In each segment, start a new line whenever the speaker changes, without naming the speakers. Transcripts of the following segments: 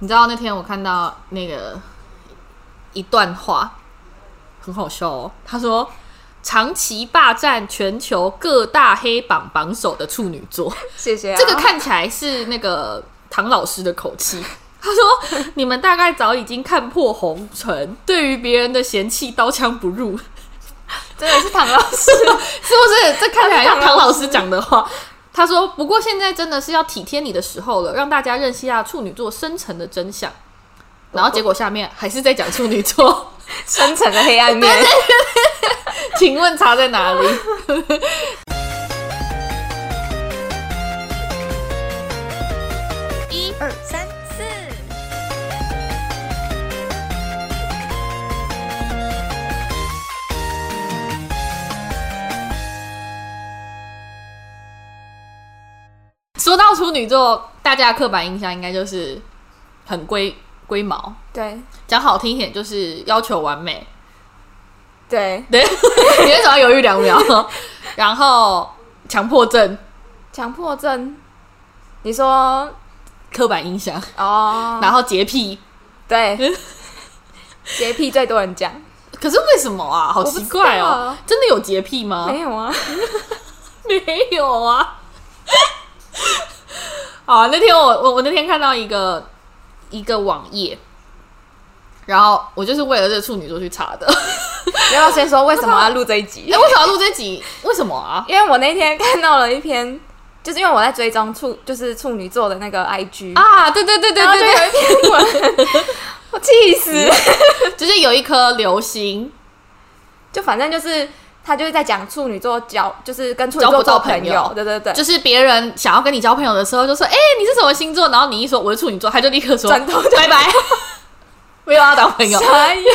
你知道那天我看到那个一段话，很好笑哦。他说：“长期霸占全球各大黑榜榜首的处女座，
谢谢、啊。
这个看起来是那个唐老师的口气。” 他说：“你们大概早已经看破红尘，对于别人的嫌弃刀枪不入，
真的是唐老师，
是不是？这看起来像
唐
唐
老
老
师
师讲的 话。他说：“不过现在真的是要体贴你的时候了，让大家认识一下处女座深层的真
哦
相。”然后结果下面还是在讲处女 座，
深层的黑暗面。
请问差在哪 里？
一二三四，
说到处女座，大家的刻板印象应该就是很龟龟毛，
对
讲好听一点就是要求完美，
对，
对， 你为什么要犹豫两秒？然后强迫症、
强迫症。你说
刻板印象，
哦，
然后洁癖。
对，洁癖最多人讲，
可是为什么啊？好奇怪
我
哦
不知！
真的有洁癖吗？
没有啊？
没有 啊。啊，那天我我我那天看到一个一个网页，然后我就是为了这个处女座去 查的。
你要不要先说为什么要录这一集
哎、？为什么要录这集？为什么啊？
因为我那天看到了一篇，就是因为我在追踪处，就是处女座的那个 IG，、
啊，对对对对
然后就
对对，
有一篇文， 我气死。
就是有一颗流星，
就反正就是他就是在讲处女座交，就是跟处女
交
座
不
做
到
朋
朋友
友，对对对，
就是别人想要跟你交朋友的时候，就说：“哎、你是什么星座？”然后你一说我是处女座，他就立啊刻说
转头就
拜拜， 没有要当朋友，
傻眼，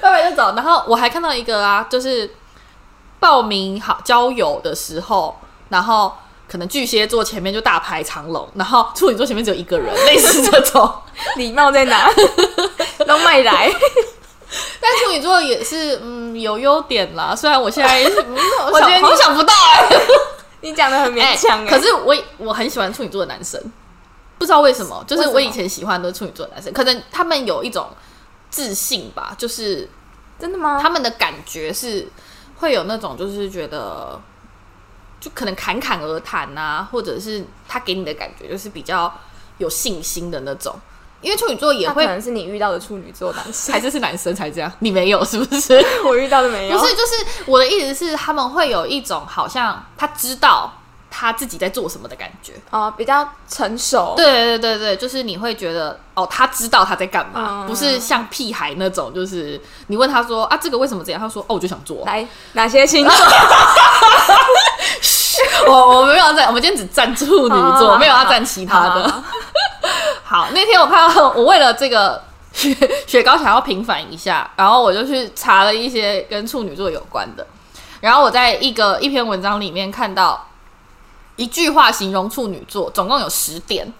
拜拜就走。然后我还看到一个啊，就是报名好交友的时候，然后可能巨蟹座前面就大排长龙，然后处女座前面只有一个人，类似这种。
礼貌在哪？ 都没来，
但处女座也是嗯有优点啦，虽然我现在、嗯、
我觉得
想
你
好想不到哎、
你讲的很
哎，
勉强、欸，
可是我我很喜欢处女座的男生，不知道为什么，就
为
是
什么
我以前喜欢的处女座的男生，可能他们有一种自信吧，就是
真的吗？
他们的感觉是会有那种，就是觉得就可能侃侃而谈啊，或者是他给你的感觉就是比较有信心的那种，因为处女座也
他可
会。
能是你遇到的处女座男生，
还是是男生才这样，你没有是不是？
我遇到的没有，
不是，就是我的意思是，他们会有一种好像他知道他自己在做什么的感觉。
哦、比较成熟，
对对对对，就是你会觉得哦，他知道他在干嘛，
嗯
不是像屁孩那种，就是你问他说啊，这个为什么这样？他说哦，我就想做啊。
来哪些星座？
我我没有在，我们今天只站处女座，
哦
没有要站其他的。
好啊
好，那天我看到，我为了这个 雪雪糕想要平反一下，然后我就去查了一些跟处女座有关的，然后我在一个一篇文章里面看到一句话形容处女座，总共有十点，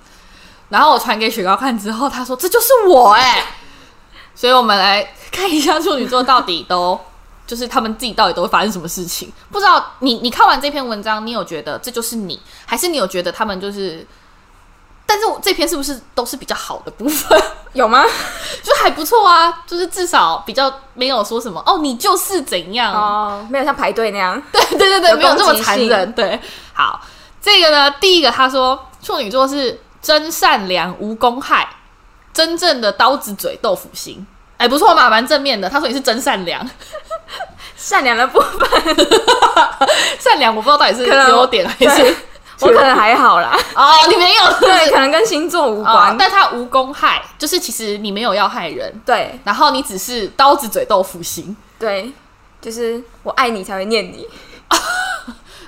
然后我传给雪糕看之后，她说这就是我哎、 所以我们来看一下处女座到底都。就是他们自己到底都会发生什么事情？不知道你你看完这篇文章，你有觉得这就是你，还是你有觉得他们就是但是我这篇是不是都是比较好的部分？
有吗？
就还不错啊，就是至少比较没有说什么哦，你就是怎样，
哦、没有像排队那样，
对对对对，
有
没有这么
攻击
残
性
忍。对，好，这个呢，第一个他说处女座是真善良无公害，真正的刀子嘴豆腐心，哎、不错嘛，蛮正面的。他说你是真善良，
善良的部分，
善良我不知道到底是
可能
优点还是
对 我可能还好啦，
哦，你没有
对，可能跟星座无
啊、哦
关，，
但他无公害，就是其实你没有要害人，
对
然后你只是刀子嘴豆腐心。
对，就是我爱你才会念你，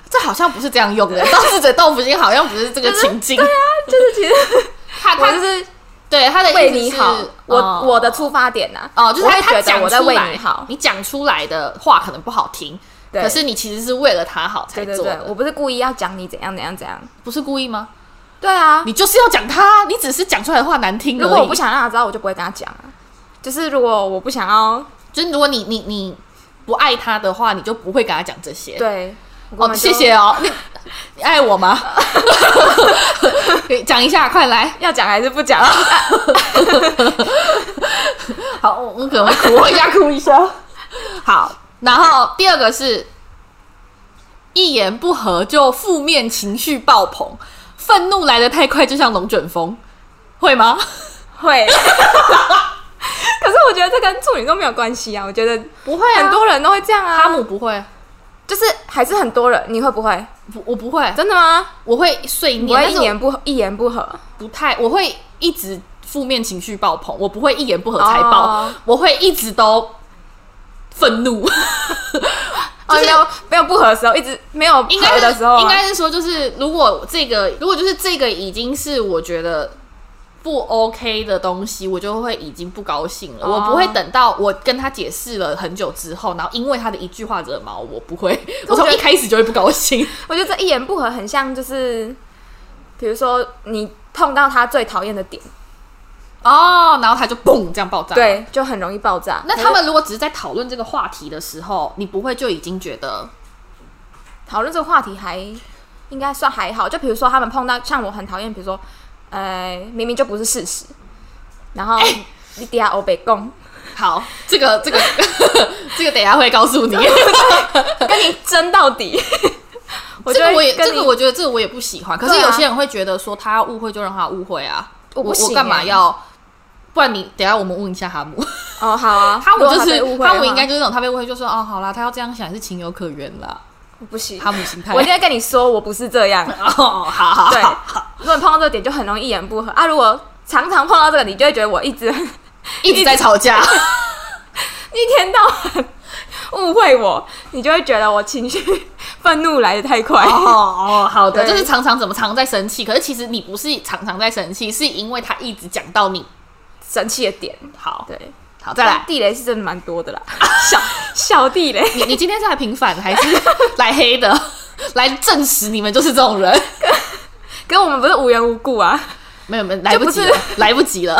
这好像不是这样用的，刀子嘴豆腐心好像不是这个情境。对啊，
就是其实
他
我
他
就是
对他的意
为你
思是
好，我、
哦
我的出发点呐、
哦，就是
我
他
会
他
觉得
讲
我在
出
为
来
你好，
你讲出来的话可能不好听，
对
可是你其实是为了他好才
对对
做
对
的，，
我不是故意要讲你怎样怎样怎样，
不是故意吗？
对啊，
你就是要讲他，你只是讲出来的话难听而已。
如果我不想让他知道，我就不会跟他讲啊，就是如果我不想要，
就是如果你你你不爱他的话，你就不会跟他讲这些。
对，我根
哦，
本就
谢谢哦，你你爱我 吗？ 讲一下，快来！
要讲还是不 讲？啊
好，我我可能会哭，我一下哭一下。 好，然后第二个是一言不合就负面情绪爆棚，愤怒来得太快，就像龙卷风，会吗？
会。 可是我觉得这跟处女座没有关系啊，我觉得
不会
很多人都会这样
哈
啊，
姆不会，
就是还是很多人，你会不会？
不我不会，
真的吗？
我会碎
你
念，
会
但
一
是我
言不合一言不合，
不太，我会一直负面情绪爆棚，我不会一言不合才爆，
哦
我会一直都愤怒。
哦，没有没有不合的时候，一直没有
应该
合的时候啊，
应该是说，就是如果这个，如果就是这个已经是我觉得不 OK 的东西，我就会已经不高兴了。
哦
我不会等到我跟他解释了很久之后，然后因为他的一句话惹毛我，不 会，我
我觉
从
得
一开始就会不高兴。
我觉得这一言不合很像，就是比如说你碰到他最讨厌的点，
哦，然后他就嘣这样爆炸。。
对，就很容易爆炸。
那他们如果只是在讨论这个话题的时候，你不会就已经觉得
讨论这个话题还应该算还好，就比如说他们碰到像我很讨厌，比如说呃明明就不是事实，然后
哎
你底下欧北 共
好，这个这个 这个等一下会告诉 你。
跟你争到底，我
这
就
个我
会
也
跟
这
你
个我觉得这个我也不喜欢。可是
对啊
有些人会觉得说他要误会就让他误会啊，
我不
我
行
干嘛
欸
要？不然你等一下我们问一下哈 姆，
哦好啊，
哈姆
如果
就
被
是
误会啊
哈姆
的
应
话
该就是那种他被误会就说哦好啦，他要这样想也是情有可原啦。
我不行，
哈姆心态
我一定会跟你说我不是这样，
哦，好好
对
好，，
如果你碰到这个点就很容易一言不合啊，如果常常碰到这个，你就会觉得我一直。
一直在吵 架，
一天到晚误会我，你就会觉得我情绪 愤怒来的太快。
哦哦，好的，
对
就是常常怎么常在生气，可是其实你不是常常在生气，是因为他一直讲到你。
生气的点，
好，
对，
好，再来
但，地雷是真的蛮多的啦，小小地雷。
你你今天是来平反还是 来黑的？来证实你们就是这种人？
可是我们不是无缘无故啊。
没有没有，来不及
就
了， 来不及了。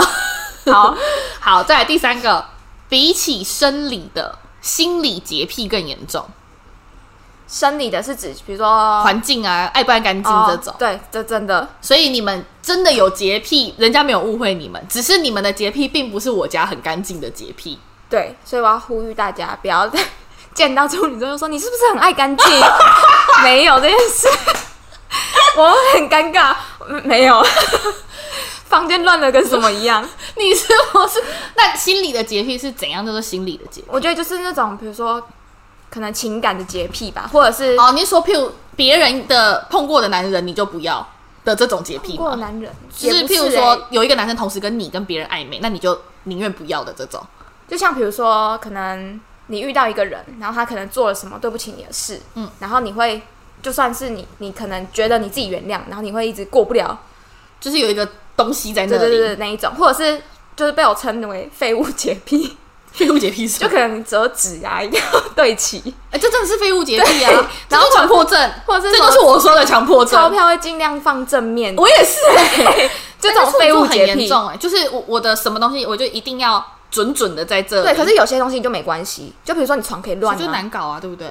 好，
好，再来第三个，比起生理的心理洁癖更严重，
生理的是指比如说
环境啊，爱不爱干净
哦
这种。
对，这真的
所以你们真的有洁癖，人家没有误会你们，只是你们的洁癖并不是我家很干净的洁癖。
对，所以我要呼吁大家不要 再见到处女座就说你是不是很爱干净？ 没有这件事，我很尴尬，嗯没有，房间乱的跟什么一样。
你是不是？那心理的洁癖是怎样叫做心理的洁癖？
我觉得就是那种，比如说可能情感的洁癖吧，或者是
哦，你是说譬如别人的碰过的男人你就不要的这种洁癖
过
吗？
男人，
就
也
是
不
譬如
欸
说，有一个男生同时跟你跟别人暧昧，那你就宁愿不要的这种。
就像比如说，可能你遇到一个人，然后他可能做了什么对不起你的事，
嗯
嗯，然后你会就算是你，你可能觉得你自己原谅，然后你会一直过不了，
就是有一个东西在那
对对
里，
对对那一种，或者是就是被我称为废物洁 癖，
废物洁癖是
就
吧？
可能你折纸啊一定要对齐，
哎、这真的是废物洁癖
对
啊！然
然
后
后
强迫症，
或者是
这
什么
就是我说的强迫
钞
症。
票会尽量放正面，
我 也是、欸，
就这种废物
很
洁
严
癖。
重哎、就是我我的什么东西，我就一定要准准的在这里。
对，可是有些东西你就没关系，就比如说你床可以乱、啊，
就难搞啊，对不对？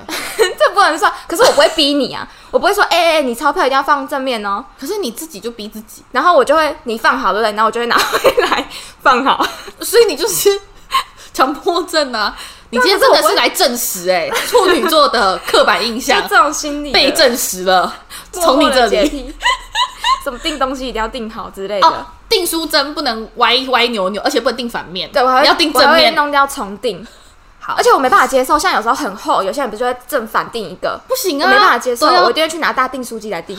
这不能算，可是我不会逼你啊， 我不会说，哎、哎、你钞票一定要放正面哦。
可是你自己就逼自己，
然后我就会，你放好对不对？然后我就会拿回来放 好。
所以你就是 强迫症啊！你今天真的是来证实哎、处女座的刻板印
就
象
这种心理的
被证实了，从你这，
默默的洁
里
癖 什么订东西一定要订好之类的。
哦，订书针不能歪歪扭扭，而且不能订反面，
对，我还会
你要订
我
正
还会
面。
弄掉重订。
好
而且我没办法接受，像有时候很厚，有些人不是会正反订一个，
不行
我
啊，
没办法接受，
对啊
我一定会去拿大订书机来 订。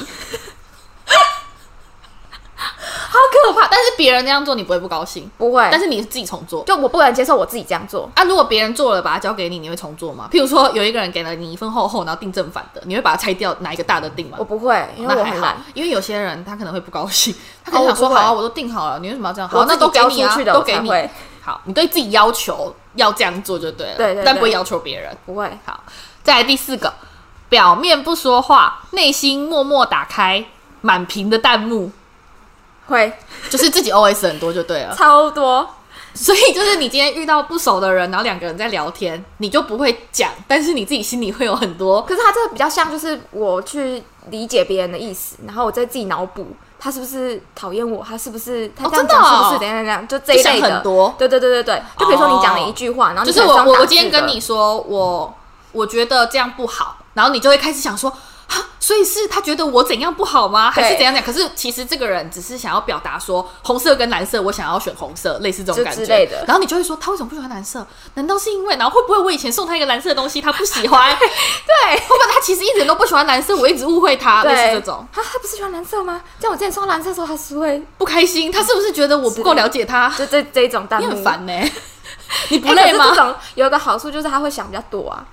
好可怕。但是别人那样做你不会不高兴，
不会，
但是你自己重做。
就我不能接受我自己这样做。
啊，如果别人做了把它交给你，你会重做吗？譬如说有一个人给了你一份厚厚，然后订正反的，你会把它拆掉哪一个大的订吗
我？不会，因为
那
我
还
很
好
懒。，
因为有些人他可能会不高 兴，他可能
哦
想说：“
我不
好
会
啊，我都订好了，你为什么要这样？”好，
我
那
自己
都给
交
你啊
出去，的
都
我
给
才
你。
会
好，你对自己要求要这样做就对了，
对对
但
对
不会要求别人。
不会，
好，再来第四个，表面不说话，内心默默打开满屏的弹幕，
会
就是自己 OS 很多就对了。
超多。
所以就是你今天遇到不熟的人，然后两个人在聊天，你就不会讲，但是你自己心里会有很多。
可是他这个比较像，就是我去理解别人的意思，然后我再自己脑补，他是不是讨厌我？他是不是他这
真
样
的
讲是
哦
不是怎样怎样？就这一类
就想
的
很多哦
对对对对对，就比如说你讲了一句话，然后
就
啊你
是
可能
我
上
我
大
我今天
四的
跟你说，我我觉得这样不好，然后你就会开始想说。啊所以是他觉得我怎样不好吗？还是
对
怎样讲？可是其实这个人只是想要表达说，红色跟蓝色，我想要选红色，类似这种
就
感觉
之类的
然后你就会说，他为什么不喜欢蓝色？难道是因为？然后会不会我以前送他一个蓝色的东西，他不喜欢？会
对。
不会他其实一直都不喜欢蓝色，我一直误会他，类似
对，
这种。
他他不啊是喜欢蓝色吗？这样我之前说蓝色的时候，他是会
不开心，他是不是觉得我不够了解他？
就这这一种弹
你
幕
很烦呢、 你
哎
不累
可
吗
是？这种有一个好处就是他会想比较多啊，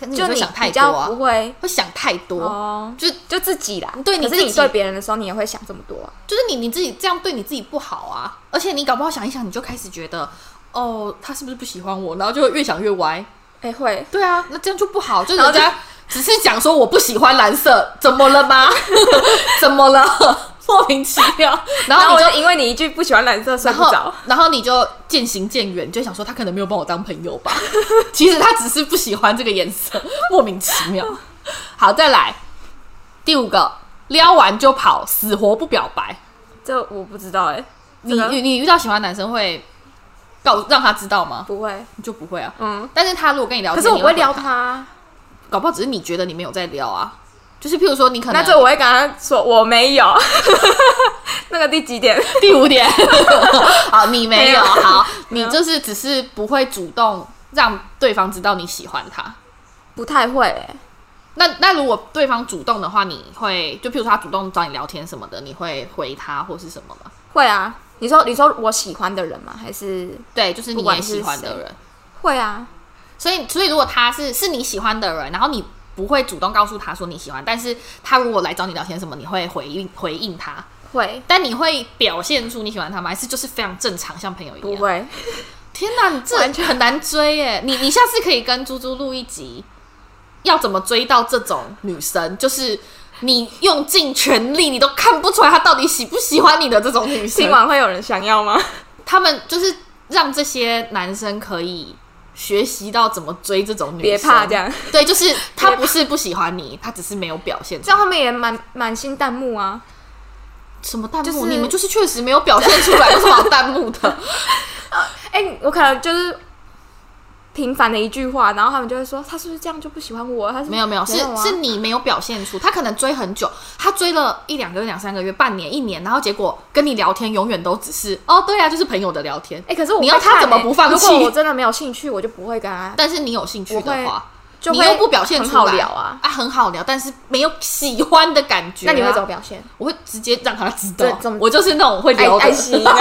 就
就
你
想太
比
多、
较
啊
不，会
会想太多，
哦，
就
就自己啦。
对你
可是
自
你
己
对别人的时候，你也会想这么多啊。
就是你你自己这样对你自己不好啊。而且你搞不好想一想，你就开始觉得，哦，他是不是不喜欢我？然后就会越想越歪。
哎，会
对啊，那这样就不好。就
然后
人
就
家只是讲说我不喜欢蓝色，怎么了 吗？怎么了？莫名其妙。然后
我
你就
就因为你一句不喜欢蓝色睡
然
不
后
着，，
然后你就渐行渐远，就想说他可能没有把我当朋友吧。 其实他只是不喜欢这个颜色，莫名其妙。好，再来第五个，撩完就跑，死活不表白。
这我不知道哎、
你
这个
遇你遇到喜欢的男生会告让他知道吗？
不会，
你就不会啊。
嗯，
但是他如果跟你聊
可
天，
是我
你
不
又
会撩，他，
搞不好只是你觉得你没有在撩啊。就是譬如说，你可能
那这我会跟他说我没有， 那个第几点？
第五 点，好，你没
没
有
有
好，
没
你
有
就是只是不会主动让对方知道你喜欢他。
不太会、欸，
那那如果对方主动的话，你会就譬如说他主动找你聊天什么的，你会回他或是什么吗？
会啊。你说你说我喜欢的人吗？还是
对，就是你
不管
也
是
喜欢的
谁
人。
会啊？
所以所以如果他是是你喜欢的人，然后你不会主动告诉他说你喜欢，但是他如果来找你聊天什么，你会回应回应他，
会
但你会表现出你喜欢他吗？还是就是非常正常，像朋友一
不
样？
会？
天哪，你这
完
很难追耶！你你下次可以跟猪猪录一集，要怎么追到这种女生？就是。你用尽全力，你都看不出来她到底喜不喜欢你的这种女 生
今。晚会有人想要吗？
他们就是让这些男生可以学习到怎么追这种女生。
别怕这。样，
对，就是他
别怕
不是不喜欢你，他只是没有表现出
这样他们也满满心弹幕啊。
什么弹幕。
就是
你们就是确实没有表现出 来，有什么好弹幕的？
哎、我可能就是平凡的一句话，然后他们就会说他是不是这样就不喜欢我？他是
没有没有，是
啊
是你没有表现出。他可能追很久，他追了一两个月、两三个月、半年、一年，然后结果跟你聊天永远都只是哦，对啊，就是朋友的聊天。
哎、可是我
你要
会看
他怎么
欸
不放弃
如果我真的没有兴趣，我就不会跟他，
但是你有兴趣
我会
的话，
就
你
会
又不表现
很
出来
好聊啊。
啊，很好聊，但是没有喜欢的感觉啊、
那你会怎么表现？
我会直接让他知
这
道
怎么，
我就是那种会
爱
聊的
爱，心啊，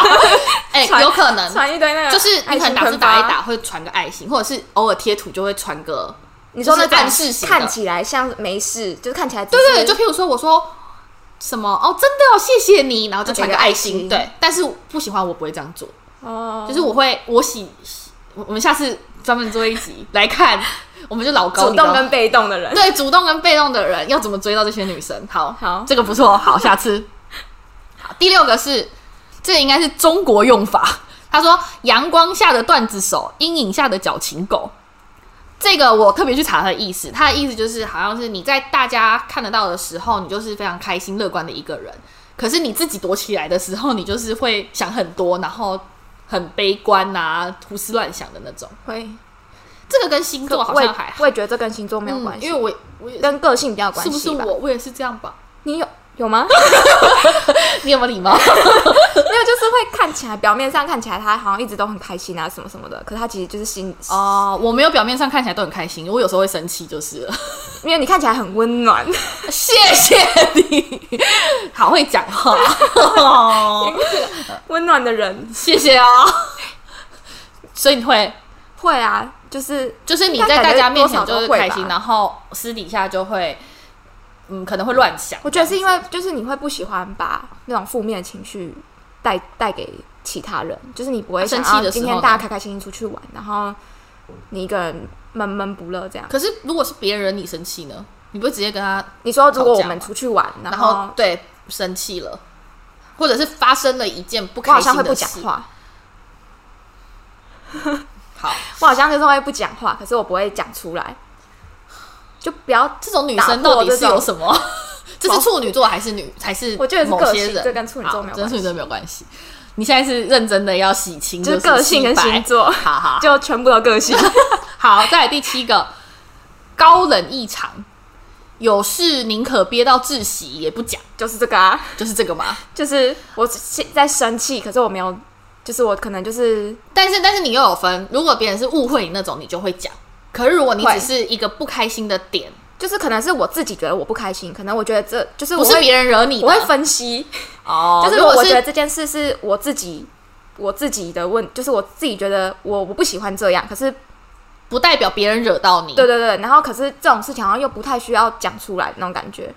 哎、
传
有可能
传一堆那个，
就是你可能打字打一
爱
打
心喷发。
会传个爱心，或者是偶尔贴图就会传个，
你说那
就是
种
暗示型的
看起来像没事，就是看起来对
对对对，就譬如说我说什么哦，真的哦，谢谢你，然后就传个爱心，
就给个爱
对，但是不喜欢我不会这样做，
哦，
就是我会我喜，我我们下次专门做一 集来看，我们就老高
主
你知道
动
吗
跟被动 的人，
对主动跟被动的人要怎么追到这些女生？好，
好
这个不错， 好，下次。好，第六个是，这个应该是中国用法。他说：“阳光下的段子手，阴影下的矫情狗。”这个我特别去查它的意思，它的意思就是好像是你在大家看得到的时候，你就是非常开心乐观的一个人；可是你自己躲起来的时候，你就是会想很多，然后很悲观啊，胡思乱想的那种。
会，
这个跟星座好
我也
像还好
我也觉得这跟星座没有
嗯
关系，
因为我我也
跟个性比较有关
是
系
不
吧。
是我？我也是这样吧？
你有有吗？
你有没有 礼貌？
没有，就是会看起来表面上看起来他好像一直都很开心啊，什么什么的，可是他其实就是心，
哦，我没有表面上看起来都很开心，我有时候会生气就是 了。
因为你看起来很温暖，
谢谢你， 好会讲话，哦
温暖的人
谢谢哦。所以你会，
会啊，就是
就是你在大家面前就是开
应该感觉多少都会
心，
吧
然后私底下就会，嗯，可能会乱想。
我觉得是因为就是你会不喜欢把那种负面的情绪带带给其他人，就是你不会想
啊生气的
要
时候
今
呢
天大家开开心心出去玩，然后你一个人闷闷不乐这样。
可是如果是别人你生气呢，你不会直接跟他，
你说如果我
吵架
们
嘛
出去玩，然
然
后
后对生气了，或者是发生了一件不
我好
开
像
心
会不
的
讲
事，
话，
好，
我好像就是会不讲话，可是我不会讲出来，就不要
这种女生到底是有什 么？这
种
是处女座还是 女还是
我觉得是
某
个
些
性
人？
这跟处女座没有
好这跟
关
处女座没有关系。你现在是认真的要洗清，
就是是个性跟
洗白
星座，
好好
就全部都个性。
好，再来第七个，高冷异常，有事宁可憋到窒息也不讲，
就是这个啊，
就是这个嘛。
就是我现在生气，可是我没有，就是我可能就是
但是但是你又有分，如果别人是误会你那种，你就会讲。可是如果你
会
只是一个不开心的点，
就是可能是我自己觉得我不开心，可能我觉得这就是
不
我
是
会
别人惹你的，
我会分析，
哦。
就是
如
我
果
觉得
是
这件事是我自己我自己的问，就是我自己觉得我我不喜欢这样，可是
不代表别人惹到你，
对对对，然后可是这种事情好像又不太需要讲出来那种感觉，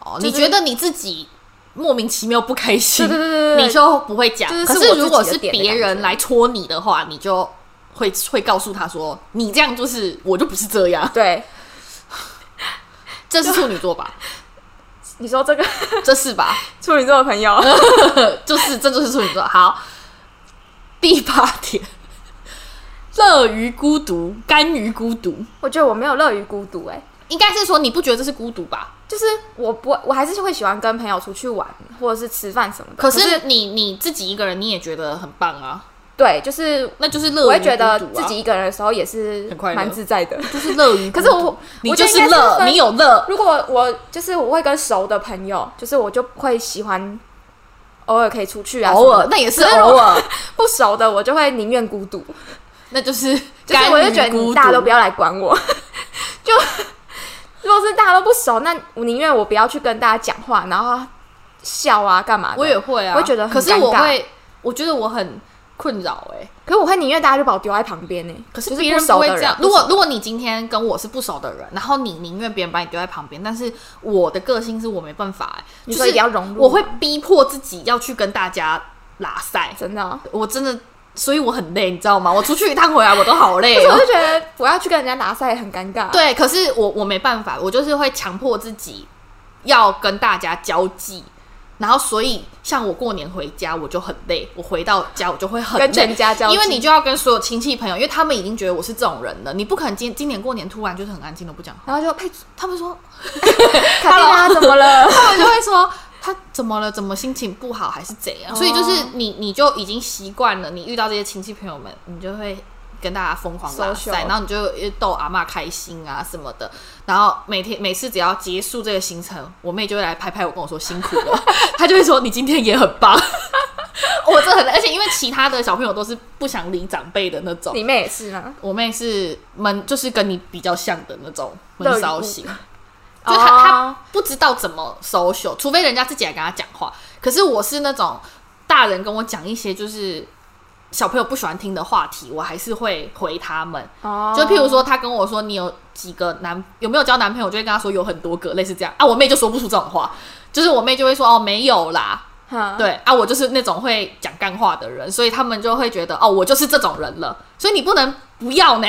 哦，
就
你
是
觉得你自己莫名其妙不开心，
对对对对对，
你就不会讲。
就是
可
是
是
我自
如果
己的
是
点的
别
感
人
觉
来戳你的话，你就会会告诉他说，你这样就是我就不是这 样，
对
这是处女座 吧？
你说这个
这是吧？
处女座的朋友，
就是这就是处女座。好，第八点，乐于孤独，甘于孤独，
我觉得我没有乐于孤独哎、欸
应该是说你不觉得这是孤独吧？
就是我不，我还是会喜欢跟朋友出去玩，或者是吃饭什么的。
可是你你自己一个人，你也觉得很棒啊，
对，就是
那就是乐于
我会觉得
孤独啊
自己一个人的时候也是
很快乐
蛮自在的。
就是乐于孤独。
可是我
你
我
就
觉得
是
应该是
乐，
分
你有乐，
如果我就是我会跟熟的朋友，就是我就会喜欢偶尔可以出去啊，
偶尔那也是
可是我
偶 尔，
不熟的我就会宁愿孤独，
那就是
就是我就觉
甘于
得
孤
你
独
大家都不要来管我， 就如果是大家都不熟，那我宁愿我不要去跟大家讲话，然后笑啊干嘛的。
我也，会啊，
我会觉得很
可是我
尴尬
会，我觉得我很困扰哎、
可是我会宁愿大家就把我丢在旁边呢、欸
可
就是是
别人
不熟
会
的
这样
人。
如果如果你今天跟我是不熟的人，然后你宁愿别人把你丢在旁边，但是我的个性是我没办法、欸，
你
就
说
是
一定要融入
我会逼迫自己要去跟大家拉塞，
真的哦、
我真的，所以我很累，你知道吗？我出去一趟回来我都好累
可
哦、
是我就觉得我要去跟人家拿赛很尴尬。，
对，可是我我没办法，我就是会强迫自己要跟大家交际，然后所以像我过年回家我就很累，我回到家我就会很
跟
累
全，家交际，
因为你就要跟所有亲戚朋友，因为他们已经觉得我是这种人了，你不可能今今年过年突然就是很安静都不讲话，
然后就佩
他们说
卡蒂娜怎 么了？
他们就会说。他怎么了？怎么心情不好还是怎
哦
样？所以就是你，你就已经习惯了，你遇到这些亲戚朋友们，你就会跟大家疯狂拉
Social
塞，然后你就逗阿嬷开心啊什么的。然后每天每次只要结束这个行程，我妹就会来拍拍我，跟我说辛苦了， 她就会说你今天也很 棒。我真的很，而且因为其他的小朋友都是不想理长辈的那种，
你妹也是吗？
我妹是闷，就是跟你比较像的那种闷骚型，就
乐于
是
孤
她
哦
她不知道怎么 social，除非人家自己来跟她讲话。可是我是那种大人跟我讲一些就是小朋友不喜欢听的话题，我还是会回他们。
哦
就譬如说，她跟我说你有几个男有没有交男朋友，我就会跟她说有很多个，类似这样啊。我妹就说不出这种话，就是我妹就会说哦没有啦，
哈，
对啊，我就是那种会讲干话的人，所以他们就会觉得哦，我就是这种人了，所以你不能不要呢，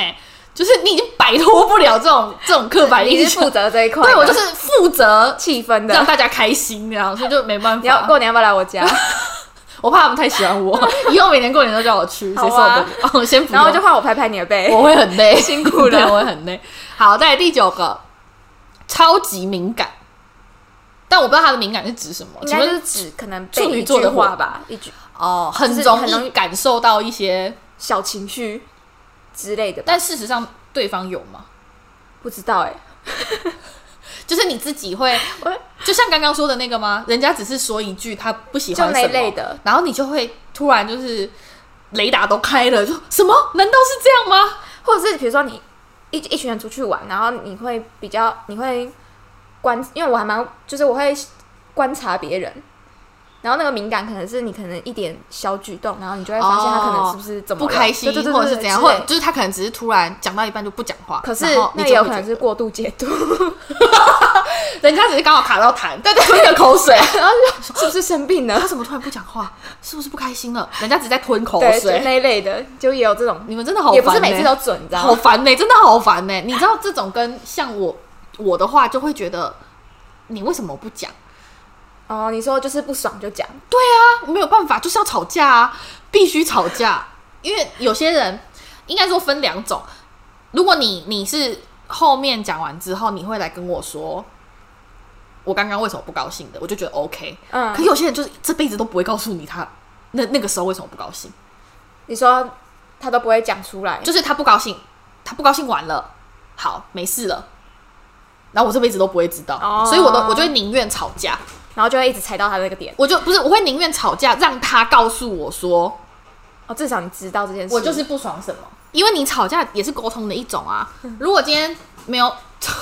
就是你已经摆脱不了这种这种刻板
你
印
是
象
负。责这一块的，
对我就是负责
气氛
让
的。
大家开心，这样，所以就没办
你要
法。
过年要不要来我 家？
我怕他们太喜欢 我，以后每年过年都叫我去，谁受
好
得
啊
了？哦，先不
然后
用
就换我拍拍你的背。
我会很累，
辛苦 了
对我会很累。好，再来第九个，超级敏感，但我不知道他的敏感是指什么，
应
请
该就
问
是指可能
处
被
女
一
座
句
的
话
火
吧，一句
哦，
就
很
是
容
很容
易
易
感受到一些
小情绪之类的吧。
但事实上，对方有吗？
不知道哎，
就是你自己会
我，
就像刚刚说的那个吗？人家只是说一句他不喜欢
就
什么
那类的，
然后你就会突然就是雷达都开了，就什么？难道是这样吗？
或者是比如说你一一群人出去玩，然后你会比较你会观，因为我还蛮就是我会观察别人，然后那个敏感可能是你可能一点小举动，然后你就会发现他可能是不是怎么
哦不
了
开心，
对对对
或者
对
是
对
怎样，
之类
或者就是他可能只是突然讲到一半就不讲话，
可是
然后你
那
就
也有
会
可能
觉
是过度解读，
得人家只是刚好卡到痰，对对，吞个口水，
然后就是不是生病了？
他怎么突然不讲话？是不是不开心了？人家只是在吞口
对，就
水，
那一类的，就也有这种，
你们真的好烦、欸，
也不是每次都准，你知道
好
吗？
烦呢、真的好烦呢、你知道这种跟像我我的话，就会觉得你为什么不讲？
哦，你说就是不爽就讲，
啊，没有办法，就是要吵架啊，必须吵架。因为有些人，应该说分两种。如果你你是后面讲完之后，你会来跟我说，我刚刚为什么不高兴的，我就觉得 OK。可
嗯，
有些人就是这辈子都不会告诉你他那那个时候为什么不高兴，
你说他都不会讲出来，
就是他不高兴，他不高兴完了，好没事了，然后我这辈子都不会知道，
哦
所以我都我就会宁愿吵架，
然后就会一直猜到他那个点。
我就不是我会宁愿吵架，让他告诉我说
哦，至少你知道这件事。
我就是不爽什么，因为你吵架也是沟通的一种啊。如果今天没有，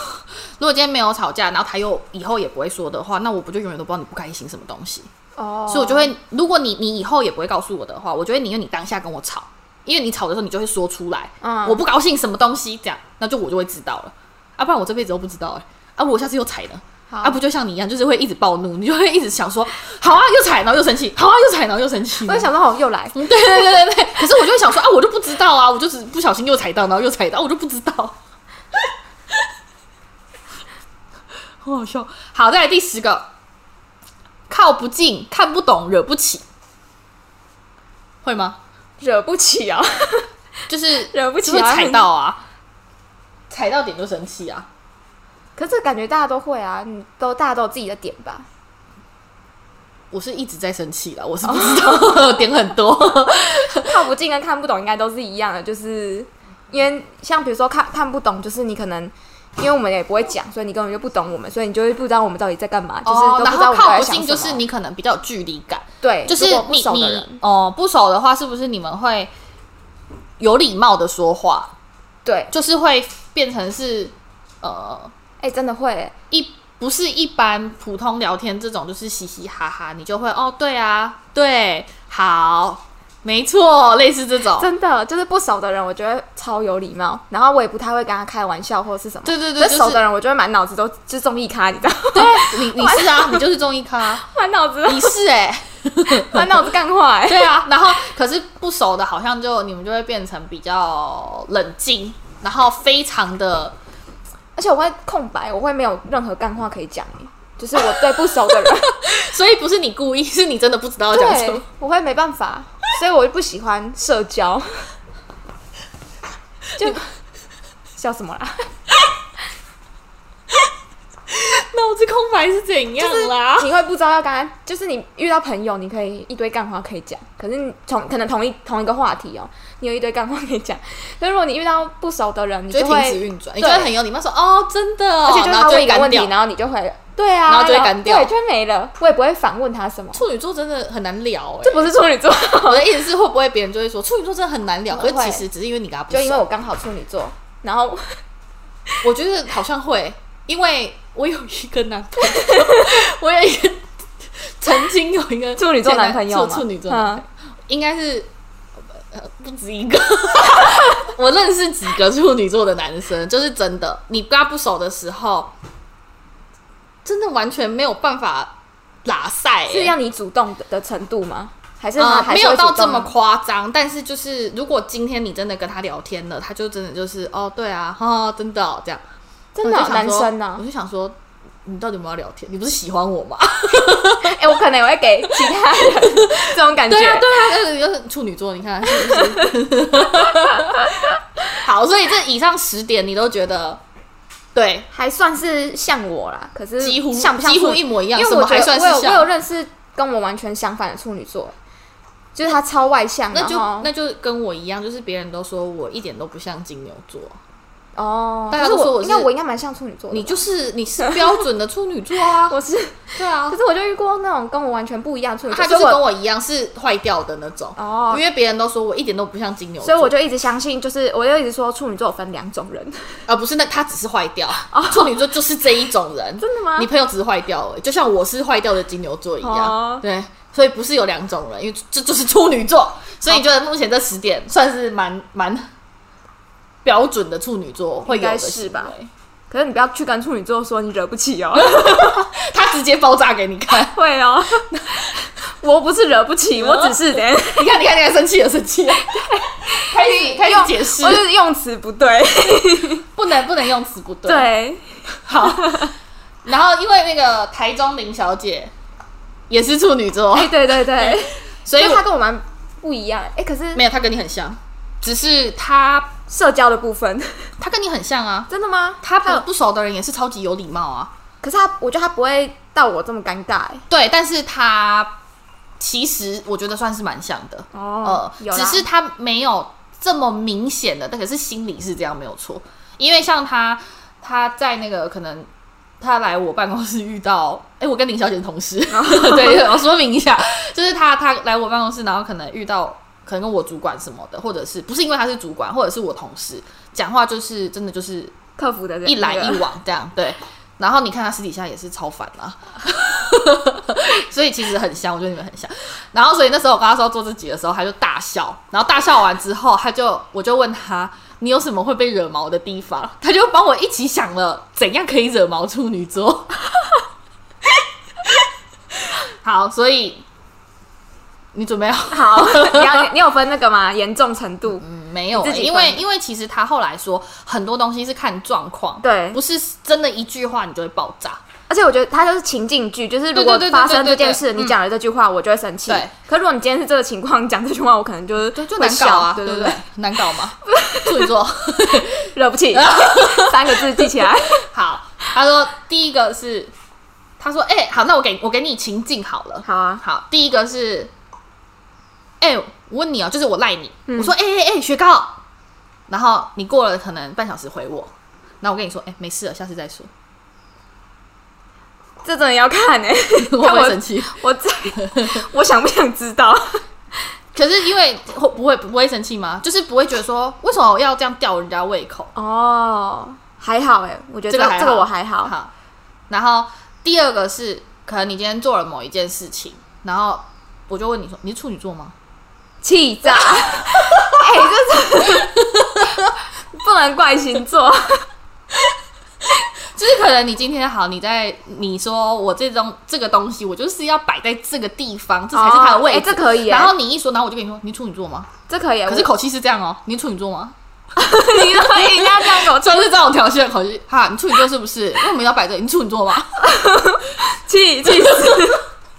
如果今天没有吵架，然后他又以后也不会说的话，那我不就永远都不知道你不开心什么东西？
哦，
所以我就会，如果你你以后也不会告诉我的话，我就会宁愿你当下跟我吵，因为你吵的时候你就会说出来，
嗯
我不高兴什么东西这样，那就我就会知道了，啊，不然我这辈子都不知道哎、啊，我下次又踩了。
好
啊，不就像你一样，就是会一直暴怒，你就会一直想说，好啊，又踩，然后又生气，好啊，又踩，然后又生气。
我就想说，哦，又来，
嗯，对对对对对。可是我就会想说啊，我就不知道啊，我就只不小心又踩到，然后又踩到，我就不知道。 好好笑。好，再来第十个，靠不近，看不懂，惹不起，会吗？
惹不起啊，
就是
惹不起
就会
啊
踩到 啊，踩到点就生气啊。
可是感觉大家都会啊，你都大家都有自己的点吧？
我是一直在生气啦，我是不 知道 点很
哦
多。
靠不近跟看不懂应该都是一样的，就是因为像比如说看看不懂，就是你可能。因为我们也不会讲，所以你根本就不懂我们，所以你就会不知道我们到底在干嘛，就是都不
哦然
知道
后
我们
靠
在
不
想什
近
么。
就是你可能比较有距离感，
对，
就是
如果不
你
熟的
你
人，
哦不熟的话，是不是你们会有礼貌的说话，
对，
就是会变成是呃
哎、真的会、欸，
一不是一般普通聊天这种，就是嘻嘻哈哈，你就会哦对啊对好没错，类似这种，
真的就是不熟的人，我觉得超有礼貌，然后我也不太会跟他开玩笑或是什么。
对对对，
那
就
熟的
是
人，我就会满脑子都就是综艺咖，你知道，吗？
对你你是啊，你就是中医咖，
满脑子都
你是哎、
满脑子干话、欸，
对啊，然后可是不熟的，好像就你们就会变成比较冷静，然后非常的。
而且我会空白，我会没有任何干话可以讲、欸，就是我对不熟 的人，
所以不是你故意，是你真的不知道要讲什么
对。，我会没办法，所以我就不喜欢社交， 就笑什么啦？
脑子空白是怎样啦？
你会不知道要跟他，就是你遇到朋友，你可以一堆干话可以讲，可是你同可能同一同一个话题哦，你有一堆干话可以讲。但如果你遇到不熟的人，你
就会停止
会，
运转，你
对
就会很有礼貌说哦，真的哦，
而且就是
然
他
后就
问
会
一个
干
问题，
掉。
然后你就会，对啊，
然后就会干掉
对，就会没了，我也不会反问他什么。
处女座真的很难聊哎、
这不是处女座，
我的意思是，会不会别人就会说处女座真的很难聊？可
会
是其实只是因为你跟他不熟。
就因为我刚好处女座，然后
我觉得好像会，因为我有一个男朋友， 我有一个曾经有一个
处女座
前
男朋友
处
嘛，
处女座男朋友
嗯，
应该是呃不止一个， 我认识几个处女座的男生，就是真的，你跟他不熟的时候，真的完全没有办法拉塞、欸，
是要你主动的的程度吗？还是他
呃
还
没
是会
有到
主
这
动啊
么
吗
夸张，但是就是如果今天你真的跟他聊天了，他就真的就是哦，对啊， 哦，真的、哦、这样，
真的
我
哦
就想
男
说
生呢
我？就想说。你到底有没有要聊天？你不是喜欢我吗？
哎，我可能也会给其他人这种感觉，
对啊，对啊，就是就是处女座，你看 是不是？好，所以这以上十点你都觉得对，
还算是像我啦，可是
几乎
像不像
几乎
处女
一模一样，
因为
什
我
么
觉
还算
得我有
是
我有
像？
认识跟我完全相反的处女座，就是他超外向，
那就
然后
那就跟我一样，就是别人都说我一点都不像金牛座，
哦，
大家
可
都
是
说我
我
是
应该我应该蛮像处女座的吧，，
你就是你是标准的处女座啊
我是，
对啊
可，是我就遇过那种跟我完全不一样的处女座，
他就是
所以
跟
我
我一样是坏掉的那种，
哦
因。为别人都说我一点都不像金牛座，
所以我就一直相信，就是我就一直说处女座有分两种人，
啊不是那他只是坏掉，处女座就是这一种人，
哦真的吗
你？朋友只是坏掉而已，就像我是坏掉的金牛座一样。
哦
对，所以不是有两种人，因为这就是处女座，所以你觉得目前这十点算是蛮蛮标准的处女座会有
应
的
该是吧
行为？
可是你不要去跟处女座说你惹不起 哦，
他直接爆炸给你看，
会哦。我不是惹不起，
嗯
我 只是等一下
你看，你看，你看，生气了，生气了， 开始开始
用
解释
我，就是用词不对。
不能不能用词不对。，
对，
好。然后因为那个台中林小姐也是处女座，
哎，对对对，
所以
就
我
他跟我蛮不一样。哎，可是
没有她跟你很像，只是他
社交的 部分，
他跟你很像啊，
真的吗？
他
有
不不熟的人也是超级有礼貌啊。
可是他，我觉得他不会到我这么尴尬、欸。
对，但是他其实我觉得算是蛮像的，
哦有啦
呃只是他没有这么明显的，但可是心里是这样没有错。因为像他，他在那个可能他来我办公室遇到， 哎、我跟林小姐是同事，
哦
对，我说明一下，就是他他来我办公室，然后可能遇到。可能跟我主管什么的，或者是不是因为他是主管，或者是我同事讲话，就是真的就是
客服的人
一来
那个
一往这样，对。然后你看他私底下也是超烦啊， 所以其实很像，我觉得你们很像。然后所以那时候我跟他说做自己的时候，他就大笑，然后大笑完之后，他就我就问他你有什么会被惹毛的地方，他就帮我一起想了怎样可以惹毛处女座。 好，所以你准备好
好，你要你有分那个吗？严重程度？
嗯没有、
你自己
因为
分
因为其实他后来说很多东西是看状况，
对
不是真的一句话你就会爆炸。
而且我觉得他就是情境剧，就是如果
对对对对
发生这件
对
事，
对对
你讲了这句话，我就会生气
对。
可如果你今天是这个情况，你讲这句话，我可能就是
就
就
难搞啊，
对
对
对
不
对，，
难搞 嘛，处女座。
惹不起，三个字记起来。
好，他说第一个是，他说，哎、好，那我给我给你情境 好了。
好啊，
好，第一个是，哎、我问你哦、就是我赖你，我说，哎哎哎，雪糕，然后你过了可能半小时回我，然后我跟你说，哎、没事了，下次再 说，
这真的要看诶、
我会不会生 气？
我这 我想不想知道？
可是因为会不会不会生气吗？就是不会觉得说为什么我要这样吊人家胃口？
哦，还好诶、我觉得
这个
这个
还
这个我还好。
好，然后第二个是，可能你今天做了某一件事情，然后我就问你说，你是处女座吗？
气 炸！哎、这是不能怪星座。
就是可能你今天好，你在你说我这种这个东西，我就是要摆在这个地方，这才是它的位置。
哦哎这可以哎
然后你一说，然后我就跟你说，你处女座吗？
这可以、啊，
可是口气是这样哦，你处女座吗？
我你都可以人家这样给我
就是这种调戏的口气，哈，你处女座是不是？为什么要摆这里？你处女座 吗？
气气死，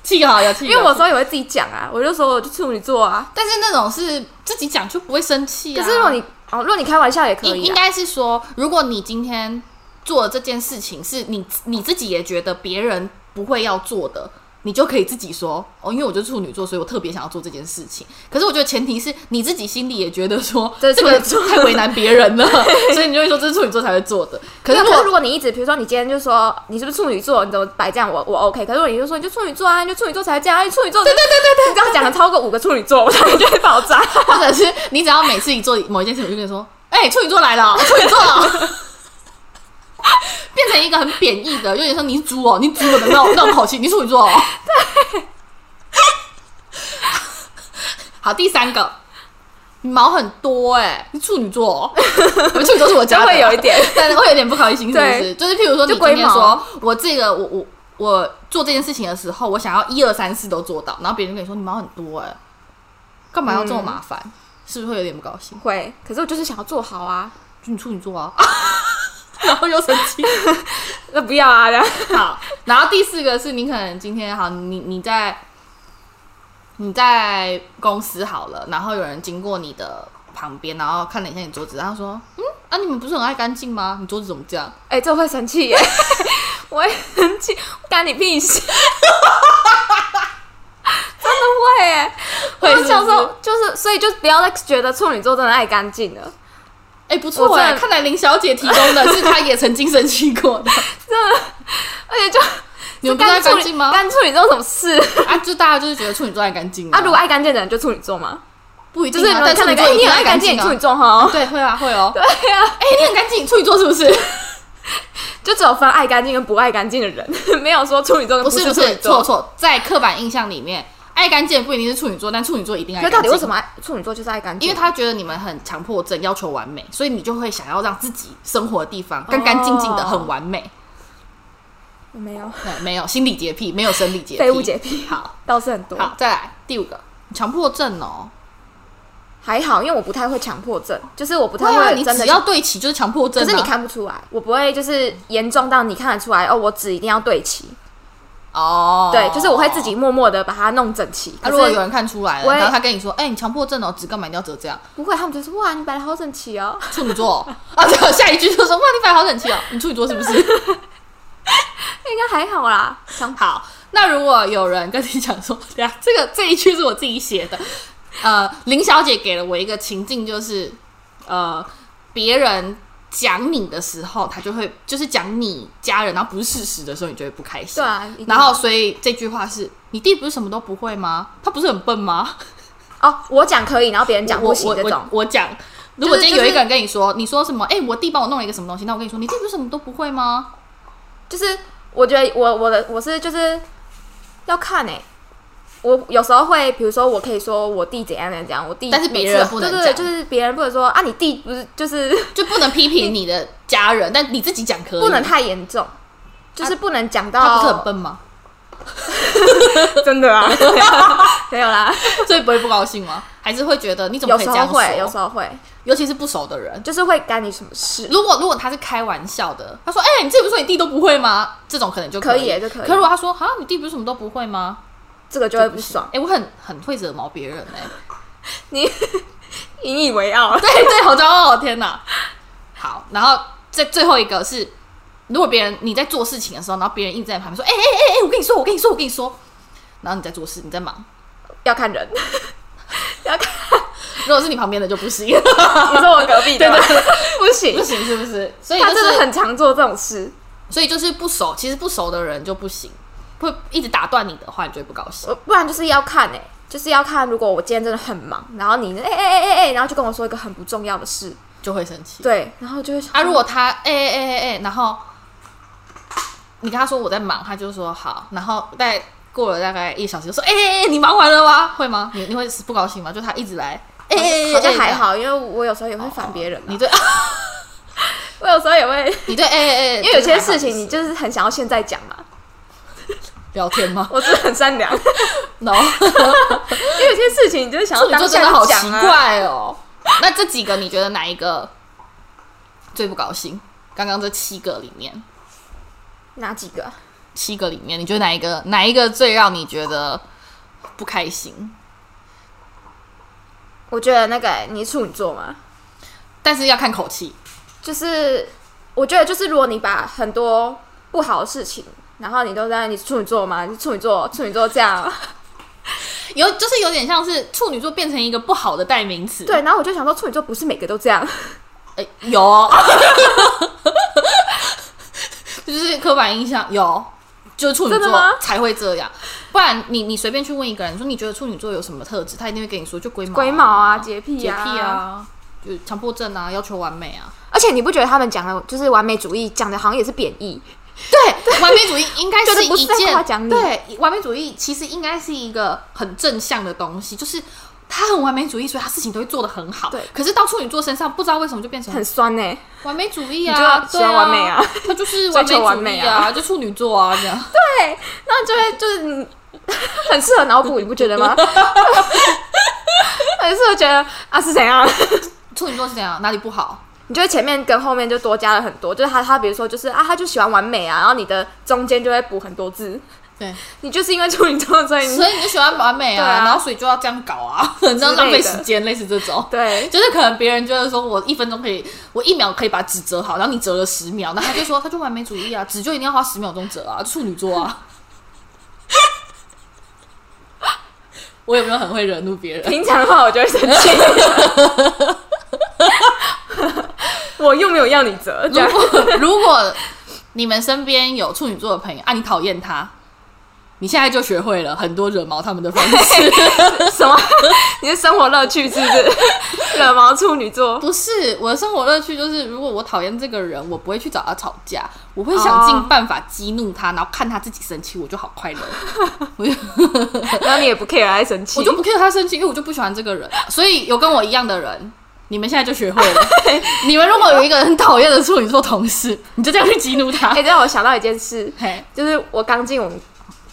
气好有气，
因为我说也会自己讲啊，我就说我就处女座啊。
但是那种是自己讲就不会生气
可
啊。
是如果你哦，如果你开玩笑也可
应
以、
应
啊，
该是说，如果你今天做的这件事情是你你自己也觉得别人不会要做的，你就可以自己说哦，因为我就是处女座，所以我特别想要做这件事情。可是我觉得前提是你自己心里也觉得说
这
这
是处
个
女座
太为难别人了， 所以你就会说这是处女座才会做的。可是如
没有可是
果
如果你一直，比如说你今天就说你是不是处女座，你怎么摆这样，我我 OK。可是如果你就说你就处女座啊，你就处女座才会这样，啊你处女座对对对对对，你这样讲了超过五个处女座，我才觉得爆炸。
或者是你只要每次一做某一件事，我就跟你说，哎、处女座来了哦， 处女座哦。变成一个很贬义的，有点像你是猪哦，你是猪的那种那种口气，你处女座哦。好，第三个，你毛很多哎、你处女座、哦，我处女座是我家的，
就会有一 点，
但会有点不开心，是不是？
对
就是譬如说，你
就龟
今天
毛
说我这个，我我我做这件事情的时候，我想要一二三四都做到，然后别人就跟你说你毛很多哎、干嘛要
嗯
这么麻烦？是不是会有点不高兴？
会，可是我就是想要做好啊，
就你处女座啊， 然后又生 气。
那不要啊，这样
好，然后第四个是你可能今天好，你你在你在公司好了，然后有人经过你的旁边，然后看了一下你桌子，然后说：“嗯，啊，你们不是很爱干净吗？你桌子怎么这样
哎、这我会生气耶，我会生气，干你屁事！真的会耶，
会是
我
不是
小时候就是，所以就不要再觉得处女座真的爱干净了，？”
哎、不错
我真
哎、
的
看来林小姐提供 的是她也曾经生气过的。
而且就
你们不
就
是爱
干
干
处
净
女
吗？
干处女座什么事？
啊，就大家就是觉得处女座爱干净
啊，如果爱干净的人就处女座嘛，
不一
就
定、
是你
啊，
们
但
看
处
那
女
个
座
哎
一
你
定
很
爱
爱
干
干净，
净
你
啊
处女 座哈，
对，会啊，会哦。
对呀，
哎、你很干净，处女座是不是？
就只有分爱干净跟不爱干净的人，没有说处女座跟
不
是
是不
处
是
女，
错
座。
错，在刻板印象里面，爱干净不一定是处女座，但处女座一定爱
可
干净。
是到底为什？么爱处女座就是爱干净？
因为他觉得你们很强迫症，要求完美，所以你就会想要让自己生活的地方干干净净的，
哦
很完美。
我没有
对，没有心理洁癖，没有生理洁癖，
废物洁癖
好，
倒是很多，
好，再来第五个，强迫症哦。
还好，因为我不太会强迫症，就是我不太
对啊，
会
你
真的
只要对齐就是强迫症、啊。
可是你看不出来，我不会就是严重到你看得出来哦，我纸一定要对齐，
哦，
对，就是我会自己。默默的把它弄整齐。
那、
可
如果有
是
人看出来
我
了，
也
然后他跟你说：“哎、你强迫症哦，纸干嘛一定要折这样
不会，他们就说哇，你摆的好整齐哦。？”
处女座哦 啊，对，下一句就说：“哇，你摆好整齐哦，你处女座是不是
应该还好啦，想？”
好，那如果有人跟你讲说：“ 对啊，这个这一句是我自己写的。”呃，林小姐给了我一个情境，就是呃，别人讲你的时候，他就会就是讲你家人，然后不是事实的时候，你就会不开心。
对啊，一定
然后，所以这句话是你弟不是什么都不会吗？他不是很笨吗？
哦，我讲可以，然后别人讲
我
不行
我
这
我
种，
我讲，如果今天有
就是
一个人跟你说，你说什么？哎、我弟帮我弄了一个什么东西，那我跟你说，你弟不是什么都不会吗？
就是我觉得我我的我是就是要看哎、我有时候会，比如说，我可以说我弟怎样怎样怎样，我弟
但是别
每
人
次
不能
对对对，
讲
就是别人不能说啊，你弟不是就是
就不能批评你的家人，但你自己讲可以。
不能，太严重，就是不能讲到、
啊他不是很笨吗？
真 的啊，没有啦，
所以不会不高兴吗？还是会觉得你怎么
有
可以
时
这样说？
候会，有时候会，
尤其是不熟的人。
就是会干你什么事，
如果如果他是开玩笑的，他说：“哎、你自己不是说你弟都不会吗？”这种可能就
可
以
以就可以
可如果他说：“啊，你弟不是什么都不会吗
这个就会不爽？”，
哎、我很很会惹毛别人哎、
引以为傲。
对对，好骄傲！哦天哪，好，然后这最后一个是，如果别人你在做事情的时候，然后别人一直在旁边说，哎哎哎哎，我跟你说，我跟你说，我跟你说，然后你在做事，你在忙。
要看人， 要 看。
如果是你旁边的就不 行，
你说我隔壁的吗， 不
不
行，
行是不是？所以就
他真的
是，
很常做这种事。
所以就是不熟，其实不熟的人就不行，会一直打断你的话，你就会不高兴。
我不然就是要看哎、就是要看。如果我今天真的很忙，然后你哎哎哎哎哎，然后就跟我说一个很不重要的事，
就会生气。
对，然后就会想
啊，如果他哎哎哎哎哎，然后你跟他说我在忙，他就说好，然后大概过了大概一个小时，就说哎哎哎，你忙完了吗？会吗？你你会不高兴吗？就他一直 来，哎哎哎，
好像
哎
还，好，因为我有时候也会烦别人
哎
嘛、
你对
我有时候也会，
你对哎哎哎，
因为有些
就是还好
事情你就是很想要现在讲嘛。
聊天吗
我是很 善良，因
？No，
为有些事情你就是想
处
要
女座
当
真的好
下
奇
讲啊。
怪 哦。那这几个你觉得哪一个最不高兴？刚刚这七个里面，
哪几个？
七个里面，你觉得哪一个哪一个最让你觉得不开心？
我觉得那个、欸、你是处女座吗？
但是要看口气。
就是我觉得就是如果你把很多不好的事情，然后你都在你是处女座嘛，你是处女座，处女座 这样，
有就是有点像是处女座变成一个不好的代名词。，
对，然后我就想说处女座不是每个都这样，
呃、有， 就是刻板印象有，就是处女
真的
座
吗
才会这样，不然你你随便去问一个人说你觉得处女座有什么特质，他一定会跟你说就龟毛、
龟毛啊、洁癖
洁癖
啊，。
啊，就是强迫症啊，要求完美啊。
而且你不觉得他们讲的，就是完美主义讲的好像也是贬义？
对，完美主义应该
觉得不是
一
在夸
件
奖你
对完美主义其实应该是一个很正向的东西，就是。他很完美主义，所以他事情都会做得很好。
对
可是到处女座身上，不知道为什么就变成
很酸呢、欸
完美主义
你就
啊，
要
对
喜欢完美啊，
他就是
追
完美
求完
主
美
义
啊
啊，就处女座啊这样。
对，那就会就是你 很适合脑补，你不觉得吗？很适合觉得啊是怎样？
处女座是怎样？哪里不好？
你就会前面跟后面就多加了很多，就是他他比如说就是啊，他就喜欢完美啊，然后你的中间就会补很多字，
对，
你就是因为处女座，所以 你
所以你就喜欢完美啊，
对啊
然后所以就要这样搞 啊，这样浪费时间，类似这种。
对
就是可能别人就会说我一分钟可以，我一秒可以把纸折好，然后你折了十秒，那他就说 他就完美主义啊，纸就一定要花十秒钟折啊，处女座啊。 我有没有很会惹怒别 人？
平常的话我就会生气。我又没有要你折，这
如
样
果如果你们身边有处女座的朋友啊，你讨厌他，你现在就学会了很多惹毛他们的方式。
什么？你的生活乐趣是不是？惹毛处女座，
不是我的生活乐趣就是，如果我讨厌这个人，我不会去找他吵架，我会想尽办法激怒他，然后看他自己生气，我就好快 乐。我就
然后你也不 care 还生气，
我就不 care 他生气，因为我就不喜欢这个人。所以有跟我一样的人，你们现在就学会 了。你们如果有一个很讨厌的处 女座同事，你就这样去激怒他
哎、。这让我想到一件事，
嘿，
就是我刚进我们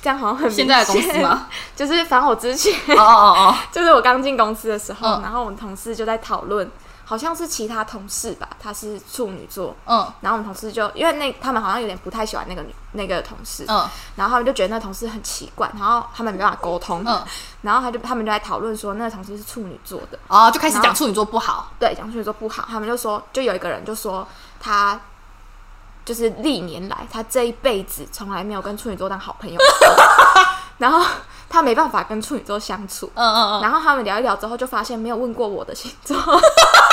这样好像很明
现在的公司吗？
就是反正我之前
哦哦哦，
就是我刚进公司的时候，
嗯
然后我们同事就在讨论，好像是其他同事吧，他是处女座，
嗯
然后我们同事就因为那他们好像有点不太喜欢那个女那个同事，
嗯
然后他们就觉得那同事很奇怪，然后他们没办法沟通，
嗯，
然后他就他们就在讨论说那个同事是处女座的，
哦，就开始
然
讲
后
处女座不好，
对，讲处女座不好，他们就说就有一个人就说他。就是历年来，他这一辈子从来没有跟处女座当好朋友过， 然后他没办法跟处女座相处，
嗯嗯嗯，
然后他们聊一聊之后，就发现没有问过我的星座，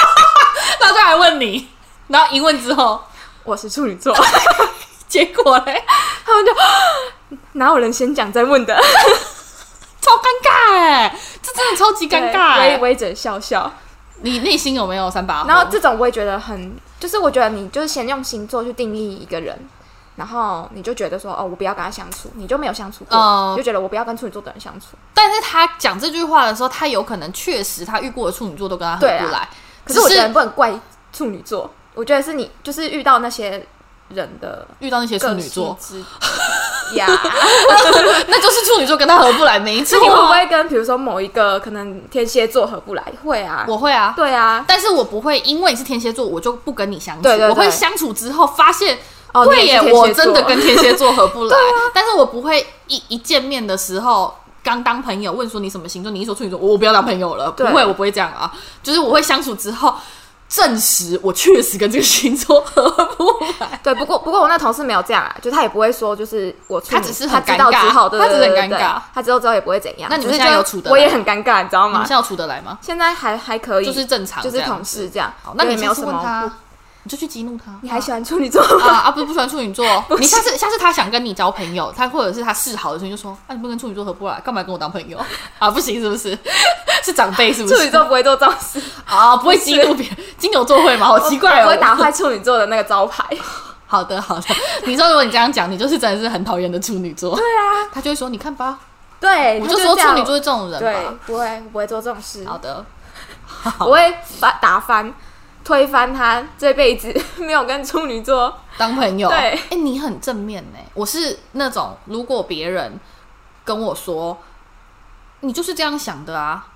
他就来问你，然后一问之后，
我是处女座，
结果嘞，
他们就哪有人先讲再问的，
超尴尬哎，这真的超级尴尬
对微
哎，
微着笑笑。
你内心有没有三把火？
然后这种我也觉得很，就是我觉得你就是先用星座去定义一个人，然后你就觉得说哦，我不要跟他相处，你就没有相处过，
哦
你就觉得我不要跟处女座的人相处。
但是他讲这句话的时候，他有可能确实他遇过的处女座都跟他合
对啊
不来，
可是我
只
觉
是
得不能怪处女座，我觉得是你就是遇到那些人的
遇到那些处
个
女
性
座，
之 呀。
那就是处女座跟他合不来，没错
那。你会不
啊。
会跟比如说某一个可能天蝎座合不来？会啊，
我会啊，
对啊，
但是我不会因为你是天蝎座，我就不跟你相处。
对对对
我会相处之后发现，
哦
对
你也
耶，
是天蝎座啊
我真的跟天蝎座合 不来。但是我不会一一见面的时候。刚当朋友，问说你什么星座，你一说处女座，我不要当朋友了。不
对
会，我不会这样啊。就是我会相处之后，证实我确实跟这个星座合不 来。
对，不过不过我那同事没有这样啊，就他也不会说就是我处
他
女，
只是很
他知道
尴尬
之后，对
他只是很
对对对
尴尬
他知道之后也不会怎样。
那你们
只是
现在
就
有处得
我
来
也很尴尬，你知道
你们
吗
现？在要处得来吗？
现在还还可以，
就是正常，
就是同
事。
事这样
哦好，那
对
你
也没有
下
什
次
么
问
不。
他，你就去激怒他。
你还喜欢处女座 吗？
啊啊，不是不喜欢处女座， 你下次下次他想跟你交朋友，他或者是他示好的时候，你就说啊，你不跟处女座合不来，干嘛跟我当朋友 啊？不行是不是？是长辈是不是？
处女座不会做这种事，
啊，不会激怒别人，金牛座会吗？好 奇怪
我不会
哦。
打坏处女座的那个招牌。
好的好的，你说如果你这样讲，你就是真的是很讨厌的处女座。对啊，他就会说你看吧，
对，
我
他
就是说
这
处
样
女座是这种人
对
吧。，
不会不会做这种事，
好的，
我会把打翻、推翻他这辈子 没有跟处女座
当朋友。
对
哎、你很正面呢、我是那种如果别人跟我说你就是这样想的啊，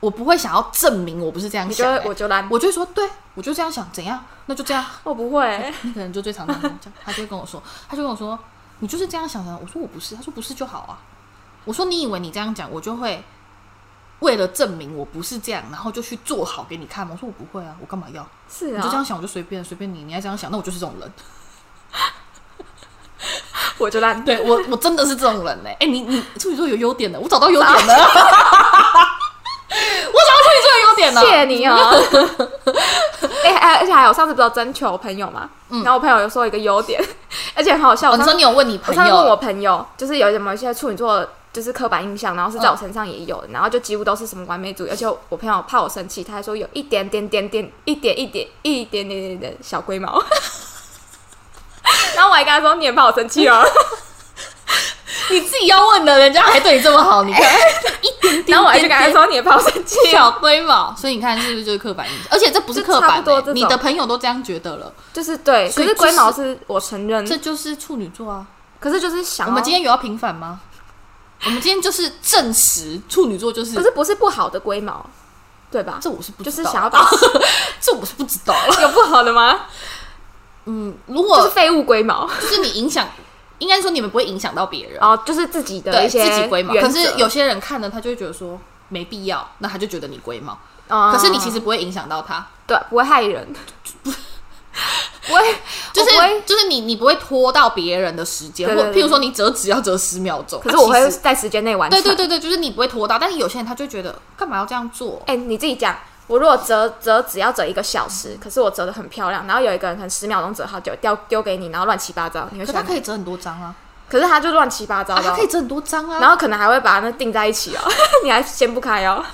我不会想要证明我不是这样
你就
想、
会
欸。
我就烂，
我就会说，对我就这样想，怎样？那就这样。
我不会，
那个人就最常常跟我讲，他就会跟我说，他就跟我说，你就是这样想的。我说我不是，他说不是就好啊。我说你以为你这样讲，我就会为了证明我不是这样，然后就去做好给你看吗？我说我不会啊，我干嘛要？
是
你
啊，
就这样想，我就随便随便你，你爱这样想，那我就是这种人。
我就烂，
对我，我真的是这种人呢、 哎、你你处女座有优点的，我找到优点了。我找 到处女座的优点了。
谢谢 你哦。哎、还而且还有，上次不是有征求朋友嘛，
嗯
然后我朋友有说一个优点， 而且很好笑。
哦，
我
你
上
说
次
你有问你
我
朋
上次问
友
我朋友，就是有什么一些处女座就是刻板印象，然后是在我身上也有的，然后就几乎都是什么完美主义。而且我朋友怕我生气，他还说有一点点点点一点一点一点点点点小龟毛。 然后我还跟他说：“你也怕我生 气哦。
你自己要问的，人 家还对你这么好，你看一点”点，
然后我还去跟他说：“你也怕我生气哦。
小龟毛，所以你看是不是就是刻板印象？而且这不是刻
就差
板、
不多
欸
这，种
你的朋友都这样觉得了，”
就是对，
所
可
以
是
就是
龟毛是我承认，
这就是处女座啊。
可是就是想
我
要
们今天有要平反吗？我们今天就是证实处女座就是，
可是不是不好的龟毛，对吧？
这我是不知
就
道，
是想要把
这我是不知 道。
有不好的吗？
嗯，如
就
果
是废物龟毛，
就是你影响，应该说你们不会影响到别人，
然后就是自己的
对
一些
自己龟毛。
原
可
则
是有，些人看了，他就会觉得说没必要，那他就觉得你龟毛。
嗯
可是你其实不会影响到他，
对不会害 人，不会，
就是啊
我不会。
就是你你不会拖到别人的时间，
对
或
对对
譬如说你折纸要折十秒钟，
可是我
啊
会哎
其实
在时间内完成。
对对对对，就是你不会拖到，但是有些人他就会觉得干嘛要这样做？
哎、你自己讲，我如果折折只要折一个小时，可是我折的很漂亮，然后有一个人可能十秒钟折好久，丢丢给你，然后乱七八糟，你会
可是
想
他可以折很多张啊，
可是他就乱七八糟
啊
的
他
哦、
可以折很多张啊，
然后可能还会把那钉在一起哦， 你还掀不开哦。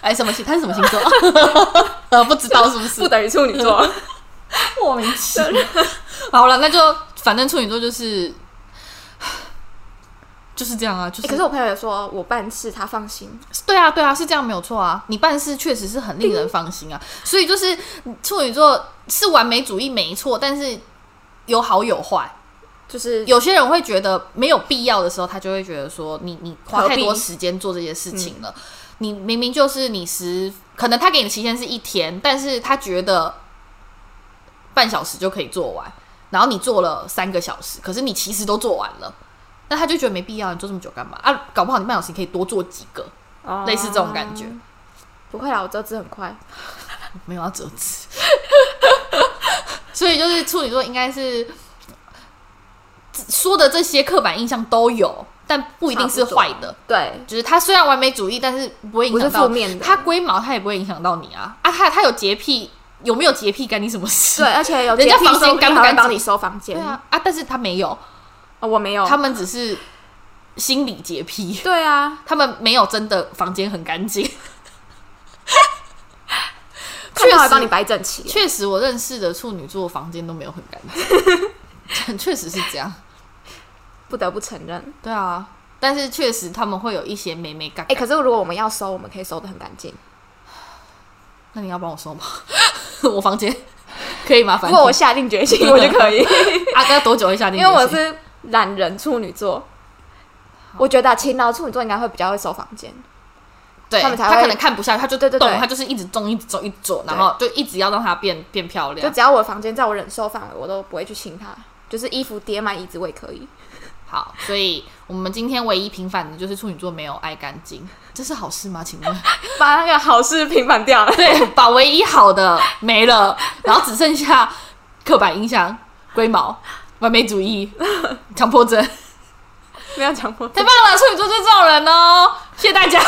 哎什么星他是什么星座？ 呃不知道是 不是？
不等于处 女座，
莫名其妙。好了，那就反正处女座就是 就是这样啊，就
欸
是、
可是我朋友也说我办事他放心，
对啊，对啊，是这样没有错啊。你办事确实是很令人放心啊， 所以就是处女座是完美主义没错，但是有好有坏。
就是
有些人会觉得没有必要的时候，他就会觉得说你你花
何必嗯
太多时间做这些事情了，你明明就是你十，可能他给你的期限是一天，但是他觉得半小时就可以做完，然后你做了三个小时，可是你其实都做完了。那他就觉得没必要，你做这么久干嘛啊？搞不好你半小时你可以多做几个，
哦
类似这种感觉。
不会啦，我折纸很快。
没有要折纸， 所以就是处女座应该是说的这些刻板印象都有，但不一定是坏的。
对，
就是他虽然完美主义，但是不会影
不
响
是负
到
面的。
他龟毛，他也不会影响到你啊啊！他他有洁癖，有没有洁癖干你什么事？
对，而且有
人家
洁癖
房间
说不定
干不
还会
干净
帮你收房间
对？啊啊！但是他没有，
哦我没有。
他们只是心理洁癖，
对啊，
他们没有真的房间很干净。
看到
确
还
实
帮你摆整齐。
确实，我认识的处女座房间都没有很干净， 确实是这样。
不得不承认，
对啊，但是确实他们会有一些美美感。
哎，可是如果我们要收，我们可以收的很干净。
那你要帮我收吗？ 我房间可以麻烦你。
如果我下定决心，我就 可以，
啊，要多久会下定
因
决心？
为我是懒人处女座。我觉得啊勤劳处女座应该会比较会收房间，
对，
他们才会
他可能看不下去，他就
对对对
动他就是一直中，一直中，一直做，然后就一直要让它变变漂
就
亮。
只要我的房间在我忍受范围，我都不会去亲它。就是衣服叠满椅子我也可以，
好，所以我们今天唯一平反的就是处女座没有爱干净，这是好事吗？请 问？
把那个好事平反掉了。
对，把唯一好的没了，然后只剩下刻板印象、龟毛、完美主义、强迫症。
没有强迫症
太棒了，处女座就是这种人哦！谢谢大家。